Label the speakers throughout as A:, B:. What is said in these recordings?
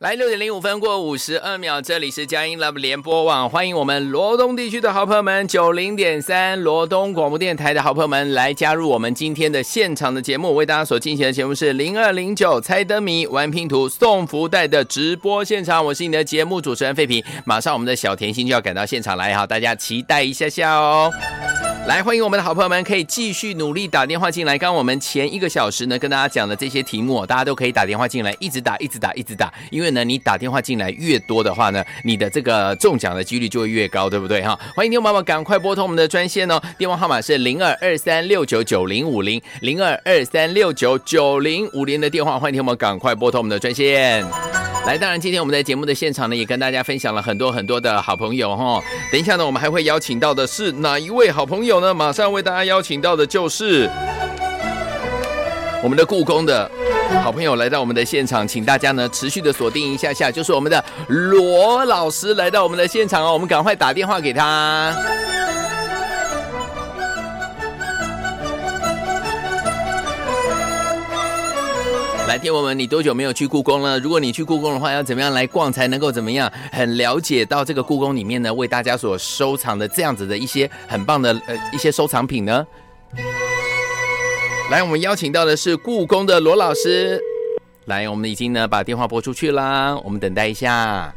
A: 来六点零五分过五十二秒，这里是佳音 Love 联播网，欢迎我们罗东地区的好朋友们，九零点三罗东广播电台的好朋友们来加入我们今天的现场的节目。为大家所进行的节目是零二零九猜灯谜玩拼图送福袋的直播现场，我是你的节目主持人费平。马上我们的小甜心就要赶到现场来哈，大家期待一下下哦。来，欢迎我们的好朋友们，可以继续努力打电话进来。刚刚我们前一个小时呢，跟大家讲的这些题目哦，大家都可以打电话进来，一直打，一直打，一直打。因为呢，你打电话进来越多的话呢，你的这个中奖的几率就会越高，对不对哈？欢迎听众朋友们赶快拨通我们的专线哦，电话号码是零二二三六九九零五零零二二三六九九零五零的电话，欢迎听众朋友们赶快拨通我们的专线。来，当然，今天我们在节目的现场呢，也跟大家分享了很多很多的好朋友哈、等一下呢，我们还会邀请到的是哪一位好朋友呢？马上为大家邀请到的就是我们的故宫的好朋友来到我们的现场，请大家呢持续的锁定一下下，就是我们的罗老师来到我们的现场哦，我们赶快打电话给他。来，天文们，你多久没有去故宫了？如果你去故宫的话，要怎么样来逛才能够怎么样很了解到这个故宫里面呢？为大家所收藏的这样子的一些很棒的呃一些收藏品呢？来，我们邀请到的是故宫的罗老师。来，我们已经呢把电话拨出去啦，我们等待一下。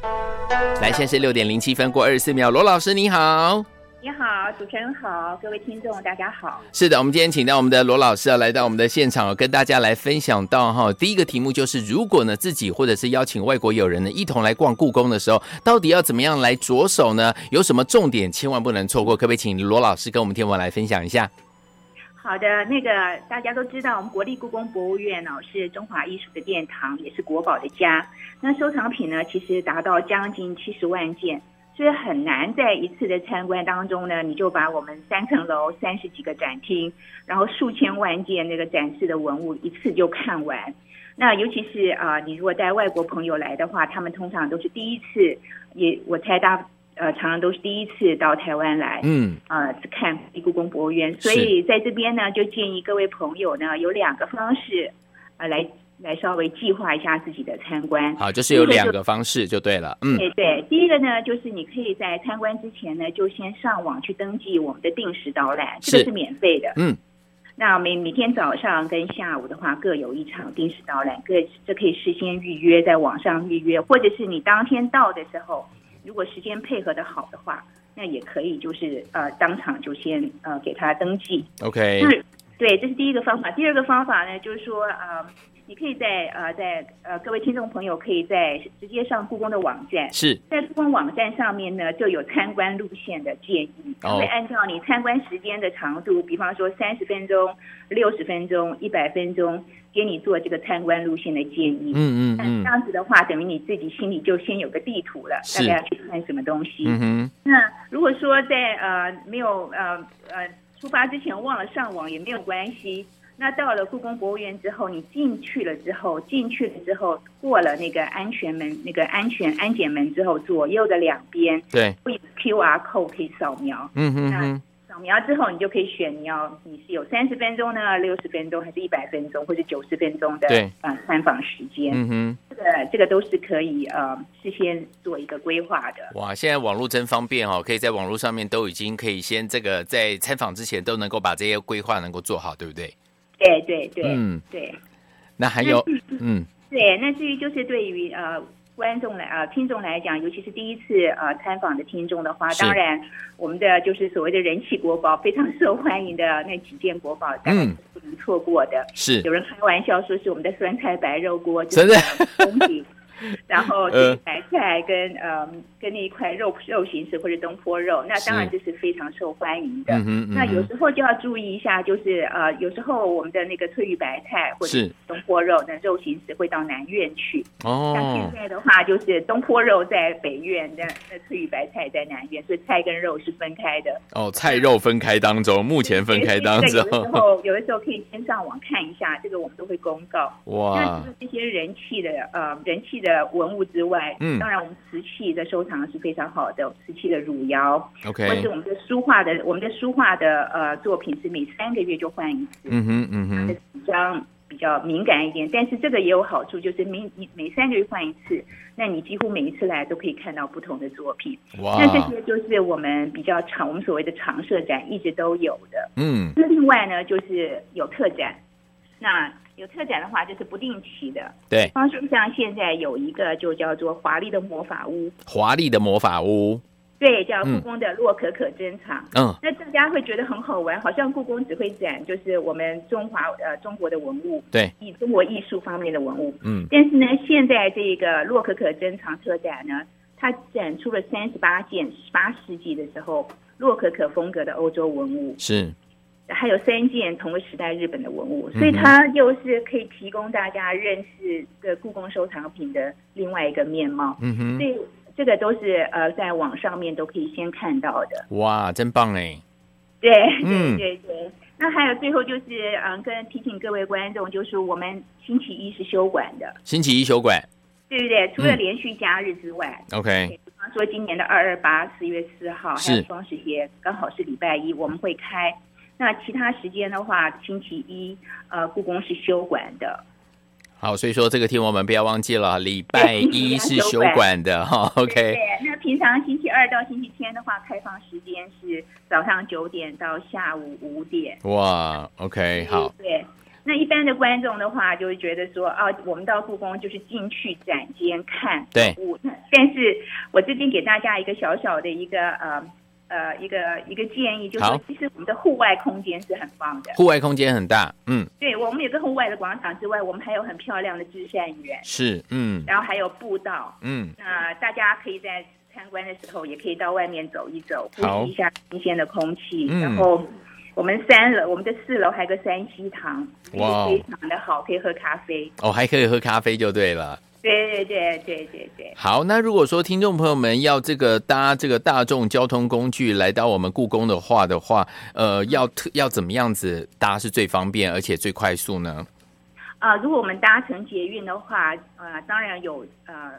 A: 来，现在是六点零七分过二十四秒，罗老师你好。
B: 你好，主持人好，各位听众大家好。
A: 是的，我们今天请到我们的罗老师啊，来到我们的现场哦，跟大家来分享到哈，第一个题目就是，如果呢自己或者是邀请外国友人呢一同来逛故宫的时候，到底要怎么样来着手呢？有什么重点千万不能错过？可不可以请罗老师跟我们天文来分享一下？
B: 好的，那个大家都知道，我们国立故宫博物院呢是中华艺术的殿堂，也是国宝的家。那收藏品呢，其实达到将近七十万件，所以很难在一次的参观当中呢，你就把我们三层楼、三十几个展厅，然后数千万件那个展示的文物一次就看完。那尤其是啊、你如果带外国朋友来的话，他们通常都是第一次，也我猜大呃常常都是第一次到台湾来，
A: 嗯，
B: 呃看故宫博物院，所以在这边呢，就建议各位朋友呢有两个方式，呃，来来稍微计划一下自己的参观。
A: 好，就是有两个方式就对了，嗯，
B: 对对，第一个呢，就是你可以在参观之前呢，就先上网去登记我们的定时导览，
A: 是
B: 这个是免费的。
A: 嗯，
B: 那每每天早上跟下午的话，各有一场定时导览，各这可以事先预约，在网上预约，或者是你当天到的时候，如果时间配合的好的话，那也可以就是呃当场就先呃给他登记。
A: ，OK，
B: 是，对，这是第一个方法。第二个方法呢，就是说，呃，你可以在呃，在呃，各位听众朋友可以在直接上故宫的网站，
A: 是
B: 在故宫网站上面呢，就有参观路线的建议，它
A: 哦
B: 会按照你参观时间的长度，比方说三十分钟、六十分钟、一百分钟，给你做这个参观路线的建议。
A: 嗯嗯
B: 那这
A: 嗯，
B: 样子的话，等于你自己心里就先有个地图了，大
A: 是
B: 概要去看什么东西。
A: 嗯哼，
B: 那如果说在呃没有呃呃出发之前忘了上网也没有关系。那到了故宫博物院之后，你进去了之后，进去了之后过了那个安全门、那个安全安检门之后，左右的两边
A: 对，
B: 会有 QR code 可以扫描。
A: 嗯哼哼，
B: 扫描之后，你就可以选你要你是有三十分钟呢、六十分钟，还是一百分钟，或者九十分钟的
A: 对
B: 呃参访时间。
A: 嗯哼。
B: 这个这个都是可以呃事先做一个规划的。
A: 哇，现在网络真方便哦，可以在网络上面都已经可以先这个在参访之前都能够把这些规划能够做好，对不对？
B: 对对对，
A: 嗯
B: 对。
A: 那还有，嗯，
B: 对，那至于就是对于呃观众来呃听众来讲，尤其是第一次呃参访的听众的话，
A: 是
B: 当然我们的就是所谓的人气国宝，非常受欢迎的那几件国宝，当然
A: 嗯
B: 是不能错过的。
A: 是
B: 有人开玩笑说是我们的酸菜白肉锅，就
A: 真的
B: 是东 西。然后
A: 呃
B: 就是白菜跟呃跟那一块肉肉形式或者东坡肉，那当然
A: 是
B: 这是非常受欢迎的。
A: 嗯哼，嗯
B: 那有
A: 哼
B: 时候就要注意一下，就是呃，有时候我们的那个翠玉白菜或者
A: 是
B: 东坡肉的肉形式会到南院去。像
A: 哦
B: 现，在的话，就是东坡肉在北院，那那翠玉白菜在南院，所以菜跟肉是分开的。
A: 哦，菜肉分开当中，目前分开当
B: 所以
A: 中
B: 这，个有的时候，有的时候可以先上网看一下，这个我们都会公告。那
A: 哇
B: 除了，这些人气的呃人气的文物之外，
A: 嗯
B: 当然我们瓷器的收藏是非常好的，瓷器的汝窑，或
A: ，OK，
B: 是我们的书画的，我们的书画的呃作品是每三个月就换一次，
A: 嗯哼嗯
B: 那
A: 哼，
B: 几张比较敏感一点，但是这个也有好处，就是每你每三个月换一次，那你几乎每一次来都可以看到不同的作品。
A: 哇
B: 嗯那，这些就是我们比较常我们所谓的常设展一直都有的。
A: 嗯，
B: 那另外呢，就是有特展，那有特展的话就是不定期的，
A: 对，
B: 方说像现在有一个就叫做华丽的魔法屋，
A: 华丽的魔法屋，
B: 对，叫
A: 嗯
B: 故宫的洛可可珍藏。
A: 嗯，
B: 那大家会觉得很好玩，好像故宫只会展就是我们中华呃中国的文物，
A: 对，
B: 以中国艺术方面的文物。
A: 嗯，
B: 但是呢，现在这个洛可可珍藏车展呢，它展出了三十八件十八世纪的时候洛可可风格的欧洲文物，
A: 是，
B: 还有三件同个时代日本的文物，
A: 嗯哼
B: 所以它又是可以提供大家认识这故宫收藏品的另外一个面貌。
A: 嗯
B: 所
A: 哼，
B: 以这个都是呃在网上面都可以先看到的。
A: 哇，真棒哎，
B: 对，
A: 嗯
B: 对对对。那还有最后就是，嗯，跟提醒各位观众，就是我们星期一是休馆的，
A: 星期一休馆
B: 对不对？除了
A: 嗯
B: 连续假日之外，
A: ，OK，
B: 比方说今年的二二八，四月四号，还
A: 是
B: 有双十节，刚好是礼拜一，我们会开。那其他时间的话，星期一，呃，故宫是休馆的。
A: 好，所以说这个听我们不要忘记了，礼拜一是休馆的哈
B: 对
A: ，OK，
B: 那平常星期二到星期天的话，开放时间是早上九点到下午五点。
A: 哇，OK，好，
B: 对，那一般的观众的话，就会觉得说，啊，我们到故宫就是进去展间看
A: 对
B: 物。那但是我这边给大家一个小小的一个呃呃一个一个建议，就是
A: 好
B: 说，其实我们的户外空间是很棒的。
A: 户外空间很大，嗯，
B: 对，我们有个户外的广场之外，我们还有很漂亮的至善园，
A: 是，嗯
B: 然后还有步道。
A: 嗯，
B: 那、呃大家可以在参观的时候，也可以到外面走一走，呼
A: 好
B: 吸一下新鲜的空气。
A: 嗯
B: 然后我们三楼，我们的四楼还有个山西堂，
A: 哇哦
B: 非常的好，可以喝咖啡。
A: 哦，还可以喝咖啡就对了。
B: 对对对对对对，
A: 好，那如果说听众朋友们要这个搭这个大众交通工具来到我们故宫的话的话，呃，要特要怎么样子搭是最方便而且最快速呢？
B: 啊、如果我们搭乘捷运的话，呃，当然有呃。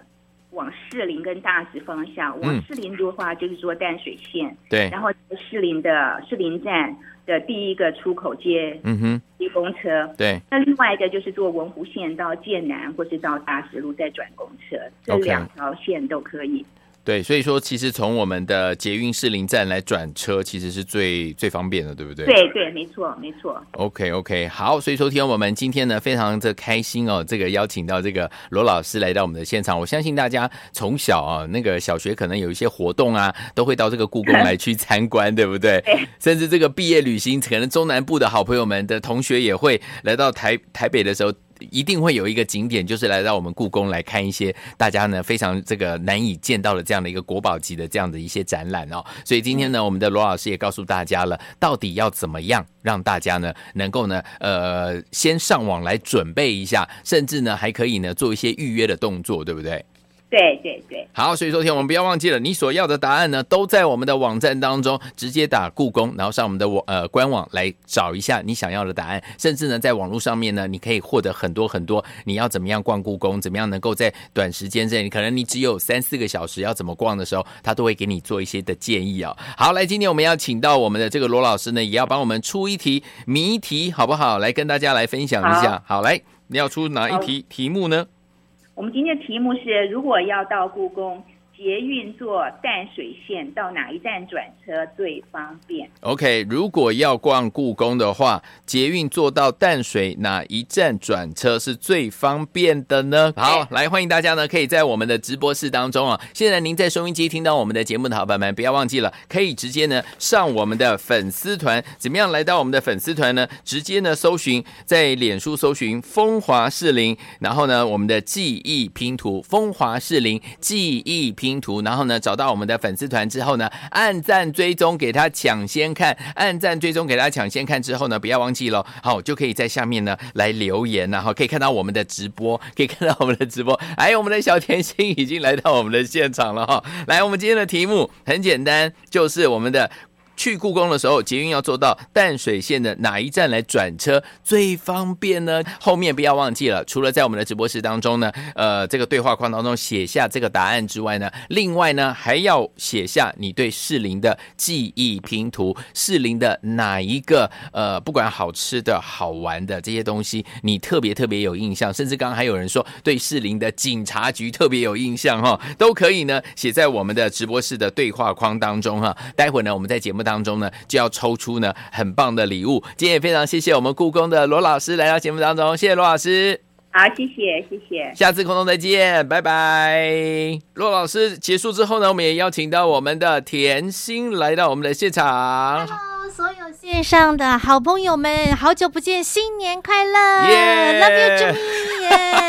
B: 往士林跟大直方向，
A: 嗯哎
B: 往士林的话就是说淡水线，
A: 对，
B: 然后士林的士林站的第一个出口接
A: 嗯哼，
B: 接公车，
A: 对，
B: 那另外一个就是坐文湖线到剑南，或是到大石路再转公车，这
A: OK
B: 两条线都可以。
A: 对，所以说其实从我们的捷运士林站来转车，其实是最最方便的，对不对？
B: 对对，没错没错。
A: OK OK，好，所以说听我们今天呢非常的开心哦，这个邀请到这个罗老师来到我们的现场，我相信大家从小啊那个小学可能有一些活动啊，都会到这个故宫来去参观， 对不对？
B: 对
A: 甚至这个毕业旅行，可能中南部的好朋友们的同学也会来到台台北的时候。一定会有一个景点，就是来到我们故宫来看一些大家呢非常这个难以见到的这样的一个国宝级的这样的一些展览哦。所以今天呢，我们的罗老师也告诉大家了，到底要怎么样让大家呢能够呢呃先上网来准备一下，甚至呢还可以呢做一些预约的动作，对不对？
B: 对对对，
A: 好，所以昨天我们不要忘记了，你所要的呃答案呢，都在我们的网站当中，直接打故宫，然后上我们的网呃官网来找一下你想要的答案，甚至呢，在网络上面呢，你可以获得很多很多，你要怎么样逛故宫，怎么样能够在短时间之内，可能你只有三四个小时要怎么逛的时候，他都会给你做一些的建议哦。好，来，今天我们要请到我们的这个罗老师呢，也要帮我们出一题谜题，好不好？来跟大家来分享一下。好，来，你要出哪一题题目呢？
B: 我们今天的题目是：如果要到故宫，捷运坐淡水线到哪一站转车最方便？
A: OK，如果要逛故宫的话，捷运坐到淡水哪一站转车是最方便的呢？好，来欢迎大家呢，可以在我们的直播室当中啊，现在您在收音机听到我们的节目的好朋友们，不要忘记了，可以直接呢上我们的粉丝团，怎么样来到我们的粉丝团呢？直接呢搜寻在脸书搜寻“风华士林”，然后呢我们的记忆拼图“风华士林记忆拼图”，然后呢找到我们的粉丝团之后呢，按赞追踪给他抢先看，按赞追踪给他抢先看之后呢，不要忘记了，好就可以在下面呢来留言然、后可以看到我们的直播，可以看到我们的直播，还有我们的小甜心已经来到我们的现场了哈、来，我们今天的题目很简单，就是我们的。去故宫的时候，捷运要坐到淡水线的哪一站来转车最方便呢？后面不要忘记了，除了在我们的直播室当中呢，呃，这个对话框当中写下这个答案之外呢，另外呢还要写下你对士林的记忆拼图，士林的哪一个呃，不管好吃的好玩的这些东西，你特别特别有印象，甚至刚刚还有人说对士林的警察局特别有印象哈、都可以呢写在我们的直播室的对话框当中哈、待会呢我们在节目当中呢就要抽出呢很棒的礼物。今天也非常谢谢我们故宫的罗老师来到节目当中，谢谢罗老师。
B: 好，谢谢，谢谢。
A: 下次空中再见，拜拜。骆老师结束之后呢，我们也邀请到我们的甜心来到我们的现场。
C: Hello，所哦有线上的好朋友们，好久不见，新年快乐
A: Yeah
C: ！Love you，祝你耶！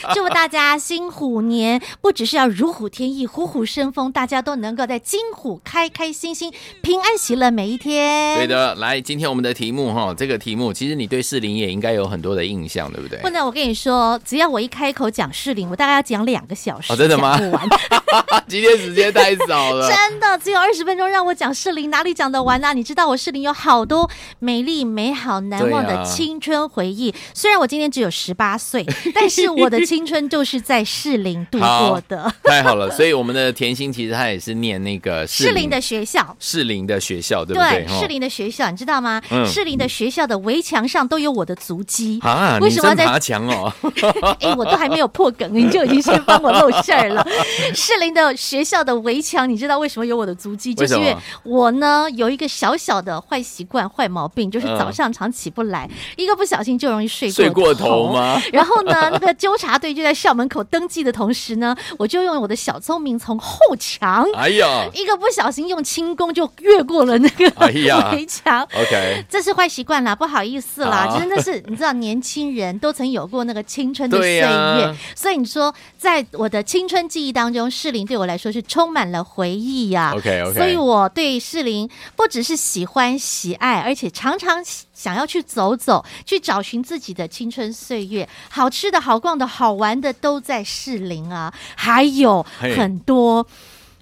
C: 祝大家新虎年不只是要如虎添翼、虎虎生风，大家都能够在金虎开开心心、平安喜乐每一天。
A: 对。的，来，今天我们的题目哈，这个题目其实你对士林也应该有很多的印象，对不对
C: 不？能，我跟你说，只要我一开口讲适龄，我大概要讲两个小时，
A: 哦真的吗
C: 讲不完，
A: 今天时间太少 了。
C: 真的只有二十分钟让我讲适龄，哪里讲得完呢、啊你知道我适龄有好多美丽、美好、难忘
A: 对
C: 的
A: 啊
C: 青春回忆。虽然我今年只有十八岁，但是我的青春就是在适龄度过 的。
A: 太好了，所以我们的甜心其实她也是念那个
C: 适
A: 士
C: 龄
A: 林
C: 的学校。
A: 士林的学校，对不对？
C: 对，
A: 哈
C: 适龄的学校，你知道吗
A: 嗯？
C: 适龄的学校的围墙上都有我的足迹。
A: 啊，
C: 为
A: 你
C: 什么要
A: 真
C: 在
A: 爬墙 哦？
C: 哎，我都还没有破梗，你就已经先帮我露馅儿 了。士林的学校的围墙，你知道为什么有我的足迹？
A: 为
C: 就
A: 什
C: 是
A: 么
C: 因为我呢有一个小小的坏习惯、坏毛病，就是早上常起不来，一个不小心就容易嗯睡
A: 睡过头
C: 头？
A: 吗？
C: 然后呢，那个纠察队就在校门口登记的同时呢，我就用我的小聪明从后墙。
A: 哎呀
C: 一个不小心用轻功就越过了那个
A: 哎呀
C: 围墙，
A: ，OK，
C: 这是坏习惯啦，不好意思啦
A: 好，
C: 真的是你知道，年轻人都曾有过那个青春的岁
A: 对
C: 月，
A: 呀
C: 所以你说，在我的青春记忆当中，适龄对我来说是充满了回忆呀、
A: OK，OK
C: 所以我对适龄不只是喜欢喜爱，而且常常想要去走走，去找寻自己的青春岁月，好吃的好逛的好玩的都在适龄啊，还有
A: 嘿
C: 很多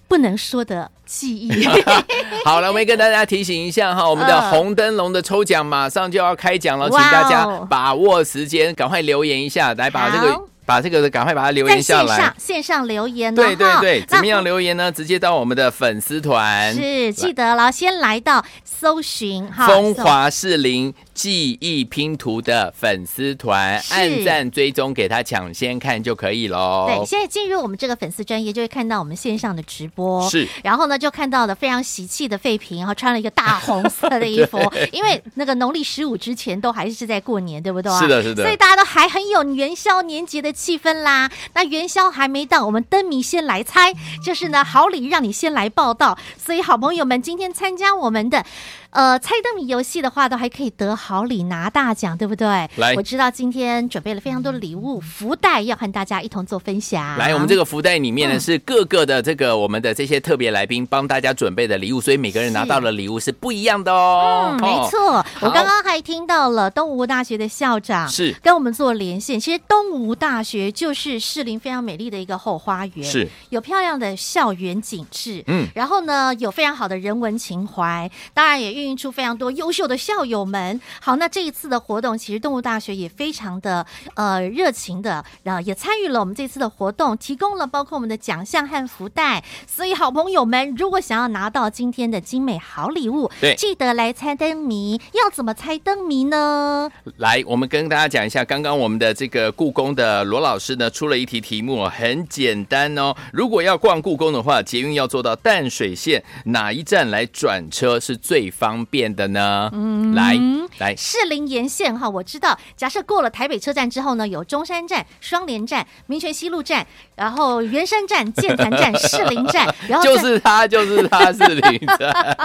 C: 不能说的记忆。
A: 好了，我们也跟大家提醒一下哈，我们的
C: 嗯
A: 红灯笼的抽奖马上就要开奖了，请
C: 哇哦
A: 大家把握时间，赶快留言一下，来把这个
C: 好
A: 把这个赶快把 它留
C: 在
A: 言
C: 线
A: 下来
C: 上。线上留言呢，
A: 对对
C: 哈
A: 对，
C: 那
A: 怎么样留言呢？直接到我们的粉丝团。
C: 是记得了，先来到搜寻哈，
A: 风
C: 搜
A: 华士林记忆拼图的粉丝团，
C: 是
A: 按赞追踪，给他抢先看就可以
C: 对，
A: 喽。
C: 现在进入我们这个粉丝专业，就会看到我们线上的直播。
A: 是
C: 然后呢，就看到了非常喜气的费平，然后穿了一个大红色的 衣服，因为那个农历十五之前都还是在过年，对不对啊？
A: 是的是的
C: 所以大家都还很有元宵年节的气氛啦。那元宵还没到，我们灯谜先来猜，就是呢好礼让你先来报道。所以好朋友们，今天参加我们的。呃，猜灯谜游戏的话，都还可以得好礼拿大奖，对不对？
A: 来
C: 我知道今天准备了非常多的礼物福袋，要和大家一同做分享。
A: 来，我们这
C: 个
A: 个福袋里面呢
C: 嗯
A: 是各个的这个我们的这些特别来宾帮大家准备的礼物，所以每个人拿
C: 是
A: 到的礼物是不一样的哦。
C: 嗯，没
A: 哦，
C: 错，我刚刚还听到了东吴大学的校长
A: 是
C: 跟我们做连线。其实东吴大学就是士林非常美丽的一个后花园，
A: 是
C: 有漂亮的校园景致，
A: 嗯
C: 嗯，然后呢有非常好的人文情怀，当然也孕育出非常多优秀的校友们。好，那这一次的活动，其实动物大学也非常的呃热情的，然后也参与了我们这次的活动，提供了包括我们的奖项和福袋。所以，好朋友们，如果想要拿到今天的精美好礼物，
A: 对
C: 记得来猜灯谜。要怎么猜灯谜呢？
A: 来，我们跟大家讲一下，刚刚我们的这个故宫的罗老师呢，出了一题题目哦，很简单哦。如果要逛故宫的话，捷运要坐到淡水线哪一站来转车是最方便的呢？嗯，来来，
C: 士林沿线哈，我知道。假设过了台北车站之后呢，有中山站、双连站、民权西路站，然后圆山站、建潭站、士林站，然后再
A: 就是他，就是他，是林 的。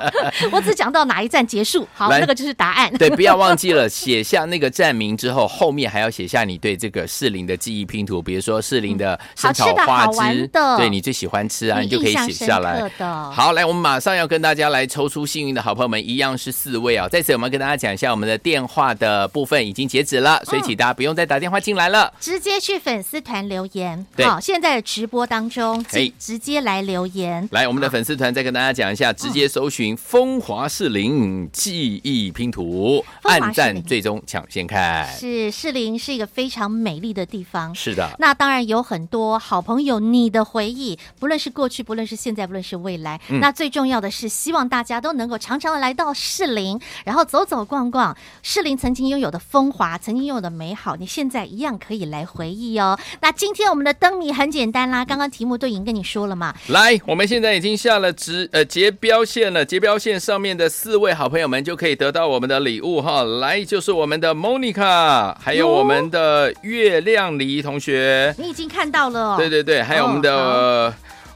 C: 我只讲到哪一站结束，好，
A: 来
C: 那个就是答案。
A: 对，不要忘记了写下那个站名之后，后面还要写下你对这个士林的记忆拼图，比如说士林的生炒花
C: 嗯好吃的好
A: 枝
C: 玩，的
A: 对你最喜欢吃啊，
C: 你
A: 你就可以
C: 印象
A: 写下来
C: 深刻。的
A: 好，来，我们马上要跟大家来抽出幸运的好朋友们，一一样是四位哦。在此我们跟大家讲一下，我们的电话的部分已经截止了，所以请大家不用再打电话进来了。
C: 直接去粉丝团留言。
A: 对
C: 好，现在的直播当中，
A: 嘿
C: 直直接来留言。
A: 来，我们的粉丝团再跟大家讲一下，直接搜寻“风华士林记忆拼图”，
C: 风华士林
A: 按赞最终抢先看。
C: 是士林是一个非常美丽的地方。
A: 是的，
C: 那当然有很多好朋友，你的回忆，不论是过去，不论是现在，不论是未来。
A: 嗯
C: 那最重要的是，希望大家都能够常常的来到士林，然后走走逛逛。士林曾经拥有的风华，曾经拥有的美好，你现在一样可以来回忆哦。那今天我们的灯谜很简单啦，刚刚题目都已经跟你说了嘛。
A: 来，我们现在已经下了直呃截标线了，截标线上面的四位好朋友们就可以得到我们的礼物哈。来，就是我们的 Monica，还有
C: 哟
A: 我们的月亮梨同学，
C: 你已经看到了、哦，
A: 对对对，还有我们的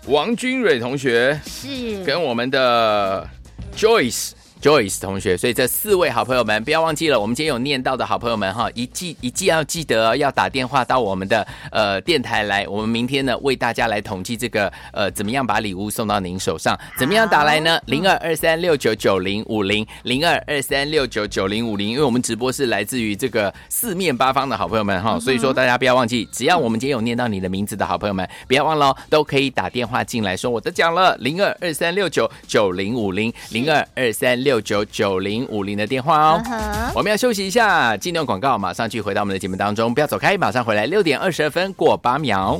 A: 王君蕊同学，
C: 是
A: 跟我们的 Joyce。Joyce 同学，所以这四位好朋友们不要忘记了，我们今天有念到的好朋友们哈，一记一记要记得要打电话到我们的呃电台来，我们明天呢为大家来统计这个呃怎么样把礼物送到您手上，怎么样打来
C: 哦嗯
A: 呢？零二二三六九九零五零零二二三六九九零五零，因为我们直播是来自于这个四面八方的好朋友
C: 嗯
A: 们哈，所以说大家不要忘记，只要我们今天有念到你的名字的好朋友们，不要忘了哦都可以打电话进来说我得奖了，零二二三六九九零五零零二二三六九九零五零的电话哦
C: 嗯。哼
A: 我们要休息一下，进段广告，马上去回到我们的节目当中，不要走开，马上回来，六点二十二分过八秒。